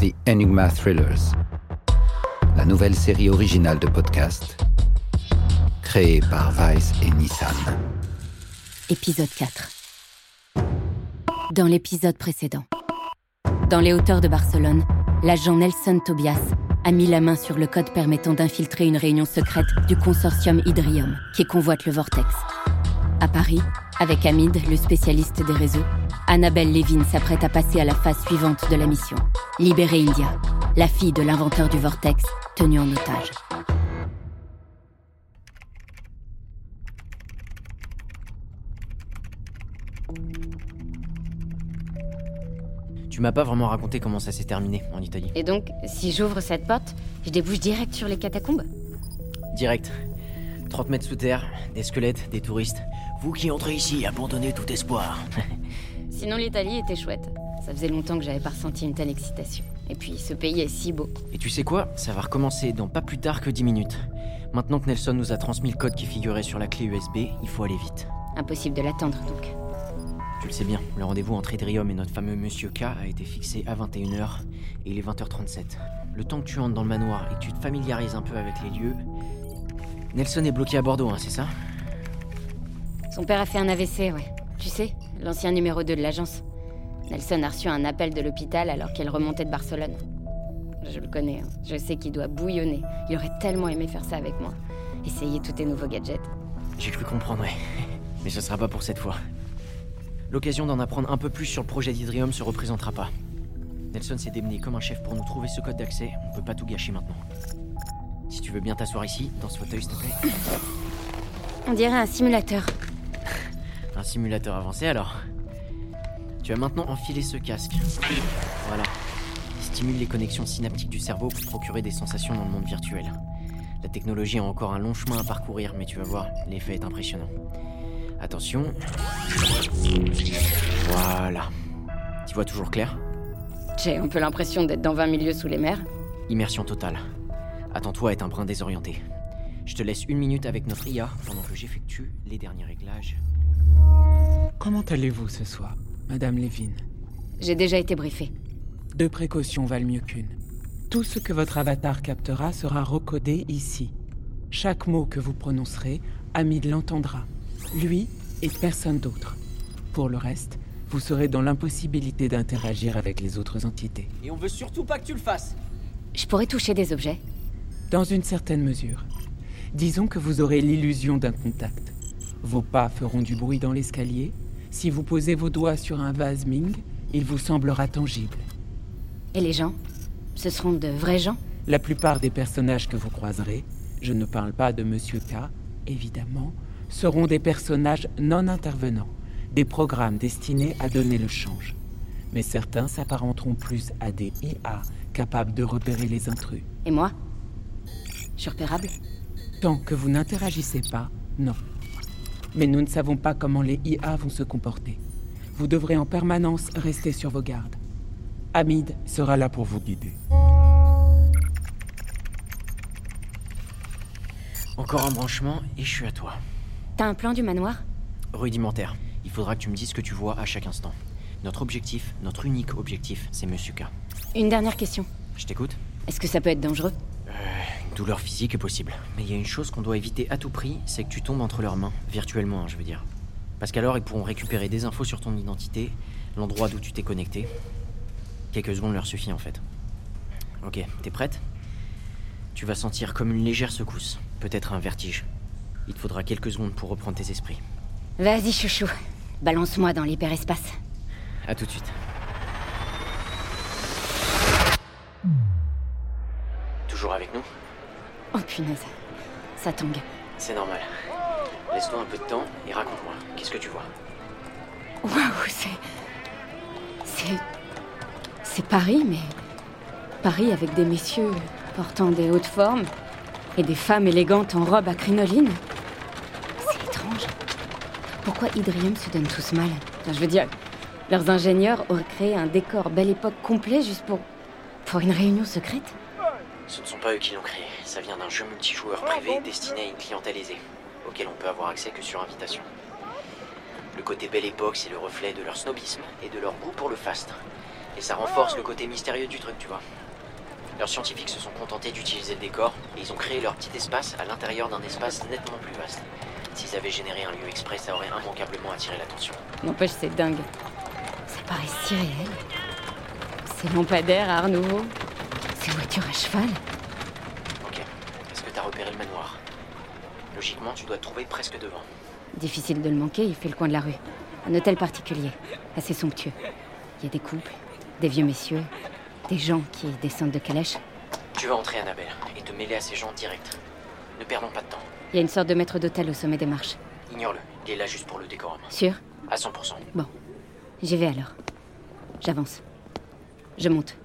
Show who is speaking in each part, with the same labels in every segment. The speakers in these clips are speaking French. Speaker 1: The Enigma Thrillers, la nouvelle série originale de podcast créée par Vice et Nissan.
Speaker 2: Épisode 4. Dans l'épisode précédent, dans les hauteurs de Barcelone, l'agent Nelson Tobias a mis la main sur le code permettant d'infiltrer une réunion secrète du consortium Hydrium qui convoite le Vortex. À Paris, avec Hamid, le spécialiste des réseaux, Annabelle Lévin s'apprête à passer à la phase suivante de la mission. Libérer India, la fille de l'inventeur du vortex, tenue en otage.
Speaker 3: Tu m'as pas vraiment raconté comment ça s'est terminé en Italie.
Speaker 4: Et donc, si j'ouvre cette porte, je débouche direct sur les catacombes
Speaker 3: Direct. 30 mètres sous terre, des squelettes, des touristes.
Speaker 5: Vous qui entrez ici, abandonnez tout espoir.
Speaker 4: Sinon, l'Italie était chouette. Ça faisait longtemps que j'avais pas ressenti une telle excitation. Et puis, ce pays est si beau.
Speaker 3: Et tu sais quoi Ça va recommencer dans pas plus tard que 10 minutes. Maintenant que Nelson nous a transmis le code qui figurait sur la clé USB, il faut aller vite.
Speaker 4: Impossible de l'attendre donc.
Speaker 3: Tu le sais bien, le rendez-vous entre Idrium et notre fameux Monsieur K a été fixé à 21h et il est 20h37. Le temps que tu entres dans le manoir et que tu te familiarises un peu avec les lieux. Nelson est bloqué à Bordeaux, hein, c'est ça
Speaker 4: Son père a fait un AVC, ouais. Tu sais, l'ancien numéro 2 de l'agence. Nelson a reçu un appel de l'hôpital alors qu'elle remontait de Barcelone. Je le connais, hein. je sais qu'il doit bouillonner. Il aurait tellement aimé faire ça avec moi. Essayer tous tes nouveaux gadgets.
Speaker 3: J'ai cru comprendre, ouais. Mais ce sera pas pour cette fois. L'occasion d'en apprendre un peu plus sur le projet d'Hydrium se représentera pas. Nelson s'est démené comme un chef pour nous trouver ce code d'accès, on peut pas tout gâcher maintenant. Si tu veux bien t'asseoir ici, dans ce fauteuil s'il te plaît.
Speaker 4: On dirait un simulateur.
Speaker 3: Un simulateur avancé alors. Tu vas maintenant enfiler ce casque. Voilà. Il stimule les connexions synaptiques du cerveau pour procurer des sensations dans le monde virtuel. La technologie a encore un long chemin à parcourir, mais tu vas voir, l'effet est impressionnant. Attention. Voilà. Tu vois toujours clair
Speaker 4: J'ai un peu l'impression d'être dans 20 milieux sous les mers.
Speaker 3: Immersion totale. Attends-toi à être un brin désorienté. Je te laisse une minute avec notre IA pendant que j'effectue les derniers réglages.
Speaker 6: Comment allez-vous ce soir, Madame Lévin
Speaker 4: J'ai déjà été briefée.
Speaker 6: Deux précautions valent mieux qu'une. Tout ce que votre avatar captera sera recodé ici. Chaque mot que vous prononcerez, Hamid l'entendra. Lui et personne d'autre. Pour le reste, vous serez dans l'impossibilité d'interagir avec les autres entités.
Speaker 5: Et on veut surtout pas que tu le fasses.
Speaker 4: Je pourrais toucher des objets.
Speaker 6: Dans une certaine mesure. Disons que vous aurez l'illusion d'un contact. Vos pas feront du bruit dans l'escalier. Si vous posez vos doigts sur un vase Ming, il vous semblera tangible.
Speaker 4: Et les gens Ce seront de vrais gens
Speaker 6: La plupart des personnages que vous croiserez, je ne parle pas de Monsieur K, évidemment, seront des personnages non intervenants, des programmes destinés à donner le change. Mais certains s'apparenteront plus à des IA capables de repérer les intrus.
Speaker 4: Et moi Je suis repérable
Speaker 6: Tant que vous n'interagissez pas, non. Mais nous ne savons pas comment les IA vont se comporter. Vous devrez en permanence rester sur vos gardes. Hamid sera là pour vous guider.
Speaker 3: Encore un branchement et je suis à toi.
Speaker 4: T'as un plan du manoir
Speaker 3: Rudimentaire. Il faudra que tu me dises ce que tu vois à chaque instant. Notre objectif, notre unique objectif, c'est Monsieur K.
Speaker 4: Une dernière question.
Speaker 3: Je t'écoute
Speaker 4: Est-ce que ça peut être dangereux
Speaker 3: Une douleur physique est possible. Mais il y a une chose qu'on doit éviter à tout prix, c'est que tu tombes entre leurs mains, virtuellement, hein, je veux dire. Parce qu'alors, ils pourront récupérer des infos sur ton identité, l'endroit d'où tu t'es connecté. Quelques secondes leur suffit en fait. Ok, t'es prête Tu vas sentir comme une légère secousse, peut-être un vertige. Il te faudra quelques secondes pour reprendre tes esprits.
Speaker 4: Vas-y, chouchou. Balance-moi dans l'hyperespace.
Speaker 3: À tout de suite. Toujours avec nous
Speaker 4: Oh punaise. Ça tangue.
Speaker 3: C'est normal. Laisse-nous un peu de temps et raconte-moi, qu'est-ce que tu vois
Speaker 4: Waouh, c'est. Oh, C'est. C'est Paris, mais. Paris avec des messieurs portant des hautes formes et des femmes élégantes en robe à crinoline. C'est étrange. Pourquoi Hydrium se donne tous mal Enfin, Je veux dire, leurs ingénieurs auraient créé un décor belle époque complet juste pour. pour une réunion secrète
Speaker 3: Ce ne sont pas eux qui l'ont créé, ça vient d'un jeu multijoueur privé destiné à une clientèle aisée, auquel on peut avoir accès que sur invitation. Le côté belle époque, c'est le reflet de leur snobisme et de leur goût pour le faste. Et ça renforce le côté mystérieux du truc, tu vois. Leurs scientifiques se sont contentés d'utiliser le décor et ils ont créé leur petit espace à l'intérieur d'un espace nettement plus vaste. S'ils avaient généré un lieu exprès, ça aurait immanquablement attiré l'attention.
Speaker 4: N'empêche, c'est dingue. Ça paraît si réel. Ces lampadaires à Art Nouveau. Ces voitures à cheval.
Speaker 3: Ok. Est-ce que t'as repéré le manoir Logiquement, tu dois te trouver presque devant.
Speaker 4: Difficile de le manquer, il fait le coin de la rue. Un hôtel particulier, assez somptueux. Il y a des couples, des vieux messieurs, des gens qui descendent de calèche.
Speaker 3: Tu vas entrer, Annabelle, et te mêler à ces gens direct. Ne perdons pas de temps.
Speaker 4: Il y a une sorte de maître d'hôtel au sommet des marches.
Speaker 3: Ignore-le. Il est là juste pour le décorum.
Speaker 4: Sûr
Speaker 3: À 100%.
Speaker 4: J'y vais alors. J'avance. Je monte.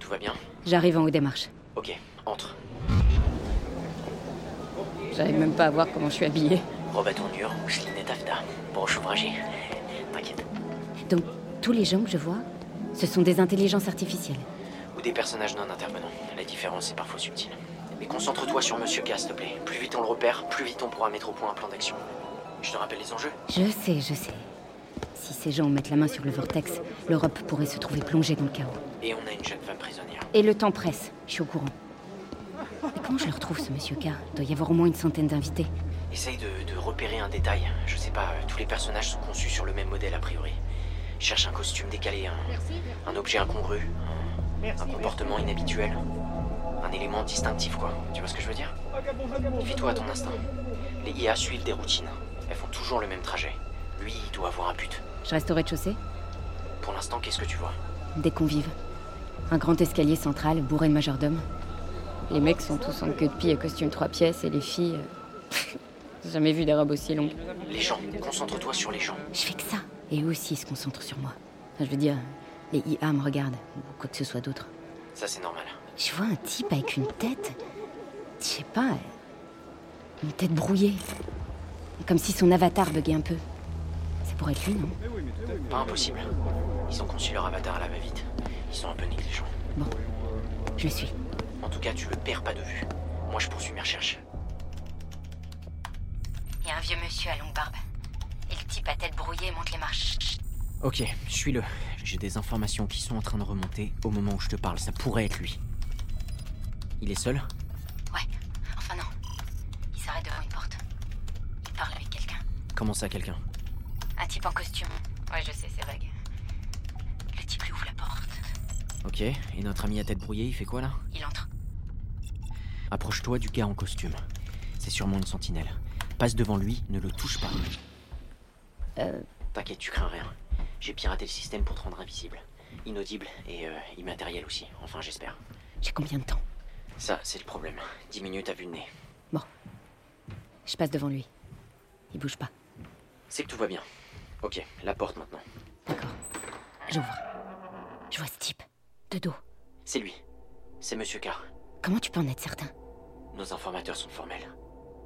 Speaker 3: Tout va bien
Speaker 4: J'arrive en haut des marches.
Speaker 3: Ok, entre.
Speaker 4: J'arrive même pas à voir comment je suis habillée.
Speaker 3: Robe à tournure, mousseline et taffetas. Broche ouvragée. T'inquiète.
Speaker 4: Donc, tous les gens que je vois, ce sont des intelligences artificielles.
Speaker 3: Ou des personnages non intervenants. La différence est parfois subtile. Mais concentre-toi sur Monsieur K, s'il te plaît. Plus vite on le repère, plus vite on pourra mettre au point un plan d'action. Je te rappelle les enjeux
Speaker 4: Je sais, je sais. Si ces gens mettent la main sur le vortex, l'Europe pourrait se trouver plongée dans le chaos.
Speaker 3: Et on a une jeune femme prisonnière.
Speaker 4: Et le temps presse, je suis au courant. Mais comment je le retrouve, ce monsieur K Il doit y avoir au moins une centaine d'invités.
Speaker 3: Essaye de, de repérer un détail. Je sais pas, euh, tous les personnages sont conçus sur le même modèle a priori. Cherche un costume décalé, un, un objet incongru, un, un comportement inhabituel, un élément distinctif quoi. Tu vois ce que je veux dire Fie-toi à ton instinct. Les IA suivent des routines. Elles font toujours le même trajet. Lui, il doit avoir un but.
Speaker 4: Je reste au rez-de-chaussée
Speaker 3: Pour l'instant, qu'est-ce que tu vois
Speaker 4: Des convives. Un grand escalier central, bourré de majordomes. Les mecs sont tous en queue de pie et costume trois pièces, et les filles... euh, J'ai Jamais vu des robes aussi longues.
Speaker 3: Les gens. Concentre-toi sur les gens.
Speaker 4: Je fais que ça. Et eux aussi se concentrent sur moi. Enfin, je veux dire, les IA me regardent, ou quoi que ce soit d'autre.
Speaker 3: Ça, c'est normal.
Speaker 4: Je vois un type avec une tête. Je sais pas. Une tête brouillée. Comme si son avatar buguait un peu. Ça pourrait être lui, non
Speaker 3: Pas impossible. Ils ont conçu leur avatar à la va-vite. Ils sont un peu négligents.
Speaker 4: Je le suis.
Speaker 3: En tout cas, tu le perds pas de vue. Moi, je poursuis mes recherches.
Speaker 2: Il y a un vieux monsieur à longue barbe. Et le type à tête brouillée monte les marches.
Speaker 3: Ok, je suis le. J'ai des informations qui sont en train de remonter au moment où je te parle. Ça pourrait être lui. Il est seul
Speaker 2: Ouais. Enfin non. Il s'arrête devant une porte. Il parle avec quelqu'un.
Speaker 3: Comment ça, quelqu'un
Speaker 2: Un type en costume. Ouais, je sais, c'est vague. Le type lui ouvre la porte.
Speaker 3: Ok, et notre ami à tête brouillée, il fait quoi là
Speaker 2: Il entre.
Speaker 3: Approche-toi du gars en costume. C'est sûrement une sentinelle. Passe devant lui, ne le touche pas.
Speaker 4: Euh.
Speaker 3: T'inquiète, tu crains rien. J'ai piraté le système pour te rendre invisible, inaudible et euh, immatériel aussi. Enfin, j'espère.
Speaker 4: J'ai combien de temps
Speaker 3: Ça, c'est le problème. 10 minutes à vue de nez.
Speaker 4: Je passe devant lui. Il bouge pas.
Speaker 3: C'est que tout va bien. Ok, la porte maintenant.
Speaker 4: D'accord. J'ouvre. Je vois ce type. De dos.
Speaker 3: C'est lui. C'est Monsieur K.
Speaker 4: Comment tu peux en être certain
Speaker 3: Nos informateurs sont formels.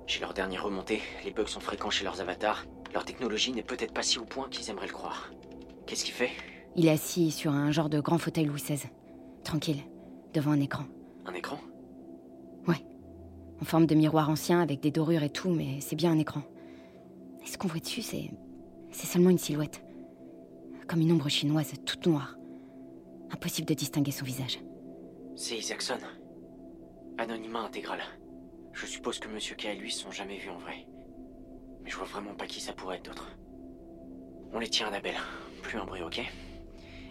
Speaker 3: Chez leur dernier remontée, les bugs sont fréquents chez leurs avatars. Leur technologie n'est peut-être pas si au point qu'ils aimeraient le croire. Qu'est-ce qu'il fait
Speaker 4: Il est assis sur un genre de grand fauteuil Louis XVI. Tranquille. Devant un écran.
Speaker 3: Un écran
Speaker 4: En forme de miroir ancien avec des dorures et tout, mais c'est bien un écran. Et ce qu'on voit dessus, c'est. C'est seulement une silhouette. Comme une ombre chinoise, toute noire. Impossible de distinguer son visage.
Speaker 3: C'est Isaacson. Anonymat intégral. Je suppose que Monsieur K et lui se sont jamais vus en vrai. Mais je vois vraiment pas qui ça pourrait être d'autre. On les tient, Annabelle. Plus un bruit, ok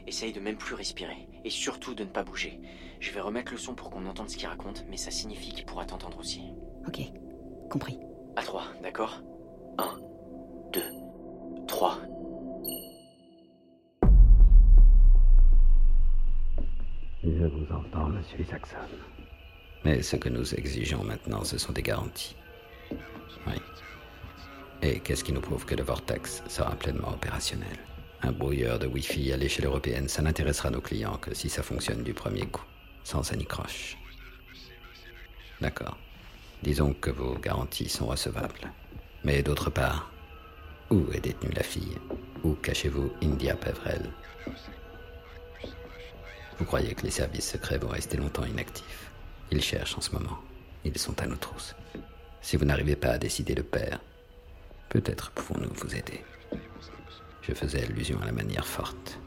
Speaker 3: Essaye de même plus respirer. Et surtout de ne pas bouger. Je vais remettre le son pour qu'on entende ce qu'il raconte, mais ça signifie qu'il pourra t'entendre aussi.
Speaker 4: Ok, compris.
Speaker 3: À trois, d'accord 1, 2, 3.
Speaker 1: Je vous entends, monsieur Saxon. Mais ce que nous exigeons maintenant, ce sont des garanties. Oui. Et qu'est-ce qui nous prouve que le Vortex sera pleinement opérationnel Un brouilleur de Wi-Fi à l'échelle européenne, ça n'intéressera nos clients que si ça fonctionne du premier coup, sans anicroche. D'accord. Disons que vos garanties sont recevables. Mais d'autre part, où est détenue la fille Où cachez-vous India Pevrel vous croyez que les services secrets vont rester longtemps inactifs Ils cherchent en ce moment. Ils sont à nos trousses. Si vous n'arrivez pas à décider le père, peut-être pouvons-nous vous aider. Je faisais allusion à la manière forte.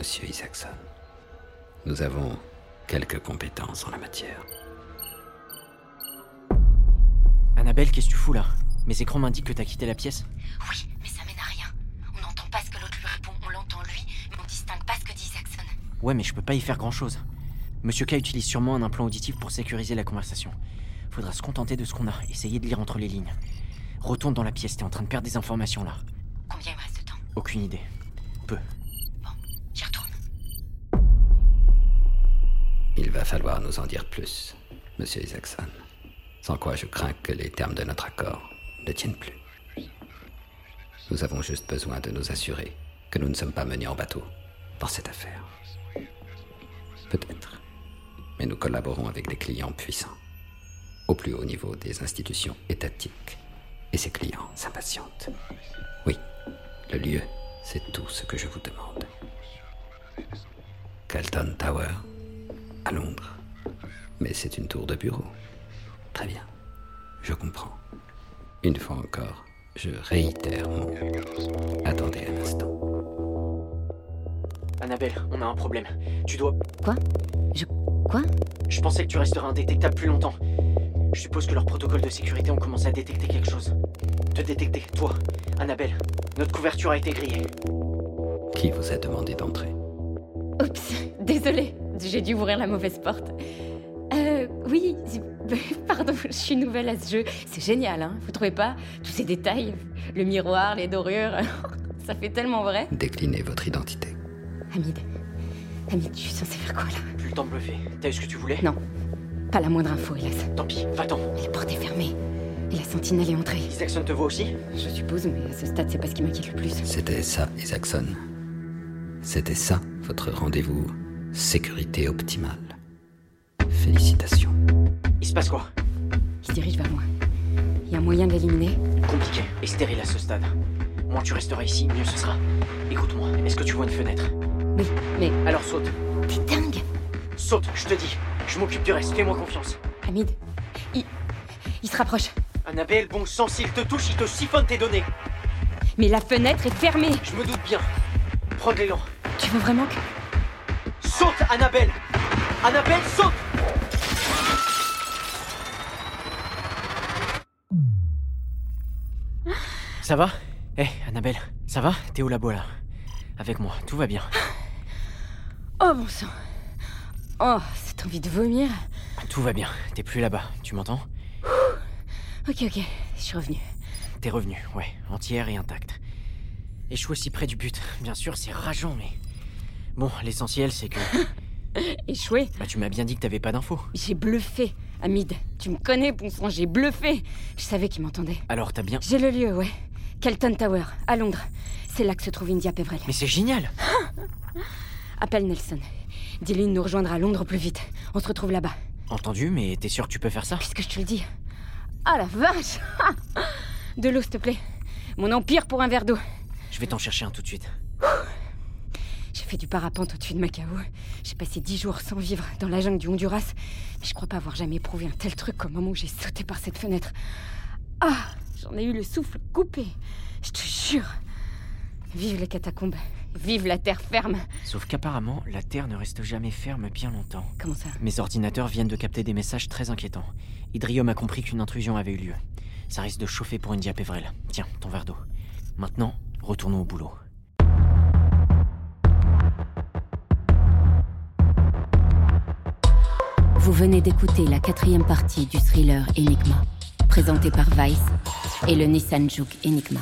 Speaker 1: monsieur Isaacson. Nous avons quelques compétences en la matière.
Speaker 3: Annabelle, qu'est-ce que tu fous là Mes écrans m'indiquent que t'as quitté la pièce.
Speaker 2: Oui, mais ça mène à rien. On n'entend pas ce que l'autre lui répond, on l'entend lui, mais on distingue pas ce que dit Isaacson.
Speaker 3: Ouais, mais je peux pas y faire grand-chose. Monsieur K utilise sûrement un implant auditif pour sécuriser la conversation. Faudra se contenter de ce qu'on a, essayer de lire entre les lignes. Retourne dans la pièce, t'es en train de perdre des informations là.
Speaker 2: Combien il me reste de temps
Speaker 3: Aucune idée. Peu.
Speaker 2: Bon, j'y retourne.
Speaker 1: Il va falloir nous en dire plus, monsieur Isaacson. Sans quoi je crains que les termes de notre accord ne tiennent plus. Nous avons juste besoin de nous assurer que nous ne sommes pas menés en bateau dans cette affaire. Peut-être. Mais nous collaborons avec des clients puissants, au plus haut niveau des institutions étatiques. Et ces clients s'impatientent. Oui, le lieu, c'est tout ce que je vous demande. Carlton Tower, à Londres. Mais c'est une tour de bureau. Très bien, je comprends. Une fois encore, je réitère mon... Attendez un instant.
Speaker 3: Annabelle, on a un problème. Tu dois.
Speaker 2: Quoi Je. Quoi
Speaker 3: Je pensais que tu resterais indétectable plus longtemps. Je suppose que leurs protocoles de sécurité ont commencé à détecter quelque chose. Te détecter, toi, Annabelle. Notre couverture a été grillée.
Speaker 1: Qui vous a demandé d'entrer
Speaker 4: Oups, désolée, j'ai dû ouvrir la mauvaise porte. Euh, oui, je- pardon, je suis nouvelle à ce jeu. C'est génial, hein, vous trouvez pas Tous ces détails, le miroir, les dorures, ça fait tellement vrai.
Speaker 1: Déclinez votre identité.
Speaker 4: Hamid, Hamid, je suis censée faire quoi là
Speaker 3: Plus le temps de bluffer. T'as eu ce que tu voulais
Speaker 4: Non, pas la moindre info, hélas.
Speaker 3: Tant pis, va-t'en.
Speaker 4: Mais la porte est fermée et la sentinelle est entrée.
Speaker 3: Isaacson te voit aussi
Speaker 4: Je suppose, mais à ce stade, c'est pas ce qui m'inquiète le plus.
Speaker 1: C'était ça, Isaacson. C'était ça, votre rendez-vous sécurité optimale. Félicitations.
Speaker 3: Il se passe quoi
Speaker 4: Il se dirige vers moi. Il y a moyen de l'éliminer
Speaker 3: Compliqué et stérile à ce stade. Moins tu resteras ici, mieux ce sera. Écoute-moi, est-ce que tu vois une fenêtre
Speaker 4: Oui, mais
Speaker 3: Alors saute,
Speaker 4: t'es dingue
Speaker 3: saute, je te dis. Je m'occupe du reste, fais-moi confiance.
Speaker 4: Hamid, il... il se rapproche.
Speaker 3: Annabelle, bon sang, s'il te touche, il te siphonne tes données.
Speaker 4: Mais la fenêtre est fermée
Speaker 3: Je me doute bien. Prends de l'élan.
Speaker 4: Tu veux vraiment que...
Speaker 3: Saute, Annabelle Annabelle, saute Ça va Eh, Annabelle, ça va T'es au labo là Avec moi, tout va bien.
Speaker 4: Oh bon sang Oh, cette envie de vomir
Speaker 3: Tout va bien, t'es plus là-bas, tu m'entends
Speaker 4: Ok, ok, je suis revenue.
Speaker 3: T'es revenu, ouais, entière et intacte. Et je suis aussi près du but. Bien sûr, c'est rageant, mais. Bon, l'essentiel, c'est que.
Speaker 4: Échoué
Speaker 3: Bah, tu m'as bien dit que t'avais pas d'infos.
Speaker 4: J'ai bluffé, Hamid. Tu me connais, bon sang, j'ai bluffé Je savais qu'il m'entendait.
Speaker 3: Alors, t'as bien.
Speaker 4: J'ai le lieu, ouais. Kelton Tower, à Londres. C'est là que se trouve India Pevrel.
Speaker 3: Mais c'est génial
Speaker 4: Appelle Nelson. Dis-lui de nous rejoindre à Londres au plus vite. On se retrouve là-bas.
Speaker 3: Entendu, mais t'es sûr que tu peux faire ça
Speaker 4: Puisque je te le dis. Ah la vache De l'eau, s'il te plaît. Mon empire pour un verre d'eau.
Speaker 3: Je vais t'en chercher un tout de suite.
Speaker 4: J'ai fait du parapente au-dessus de Macao. J'ai passé dix jours sans vivre dans la jungle du Honduras. Mais je crois pas avoir jamais éprouvé un tel truc qu'au moment où j'ai sauté par cette fenêtre. Ah J'en ai eu le souffle coupé. Je te jure. Vive les catacombes. Vive la terre ferme.
Speaker 3: Sauf qu'apparemment, la Terre ne reste jamais ferme bien longtemps.
Speaker 4: Comment ça
Speaker 3: Mes ordinateurs viennent de capter des messages très inquiétants. Hydrium a compris qu'une intrusion avait eu lieu. Ça risque de chauffer pour India Pevrel. Tiens, ton verre d'eau. Maintenant, retournons au boulot.
Speaker 2: Vous venez d'écouter la quatrième partie du thriller Enigma, présenté par Vice et le Nissan Juke Enigma.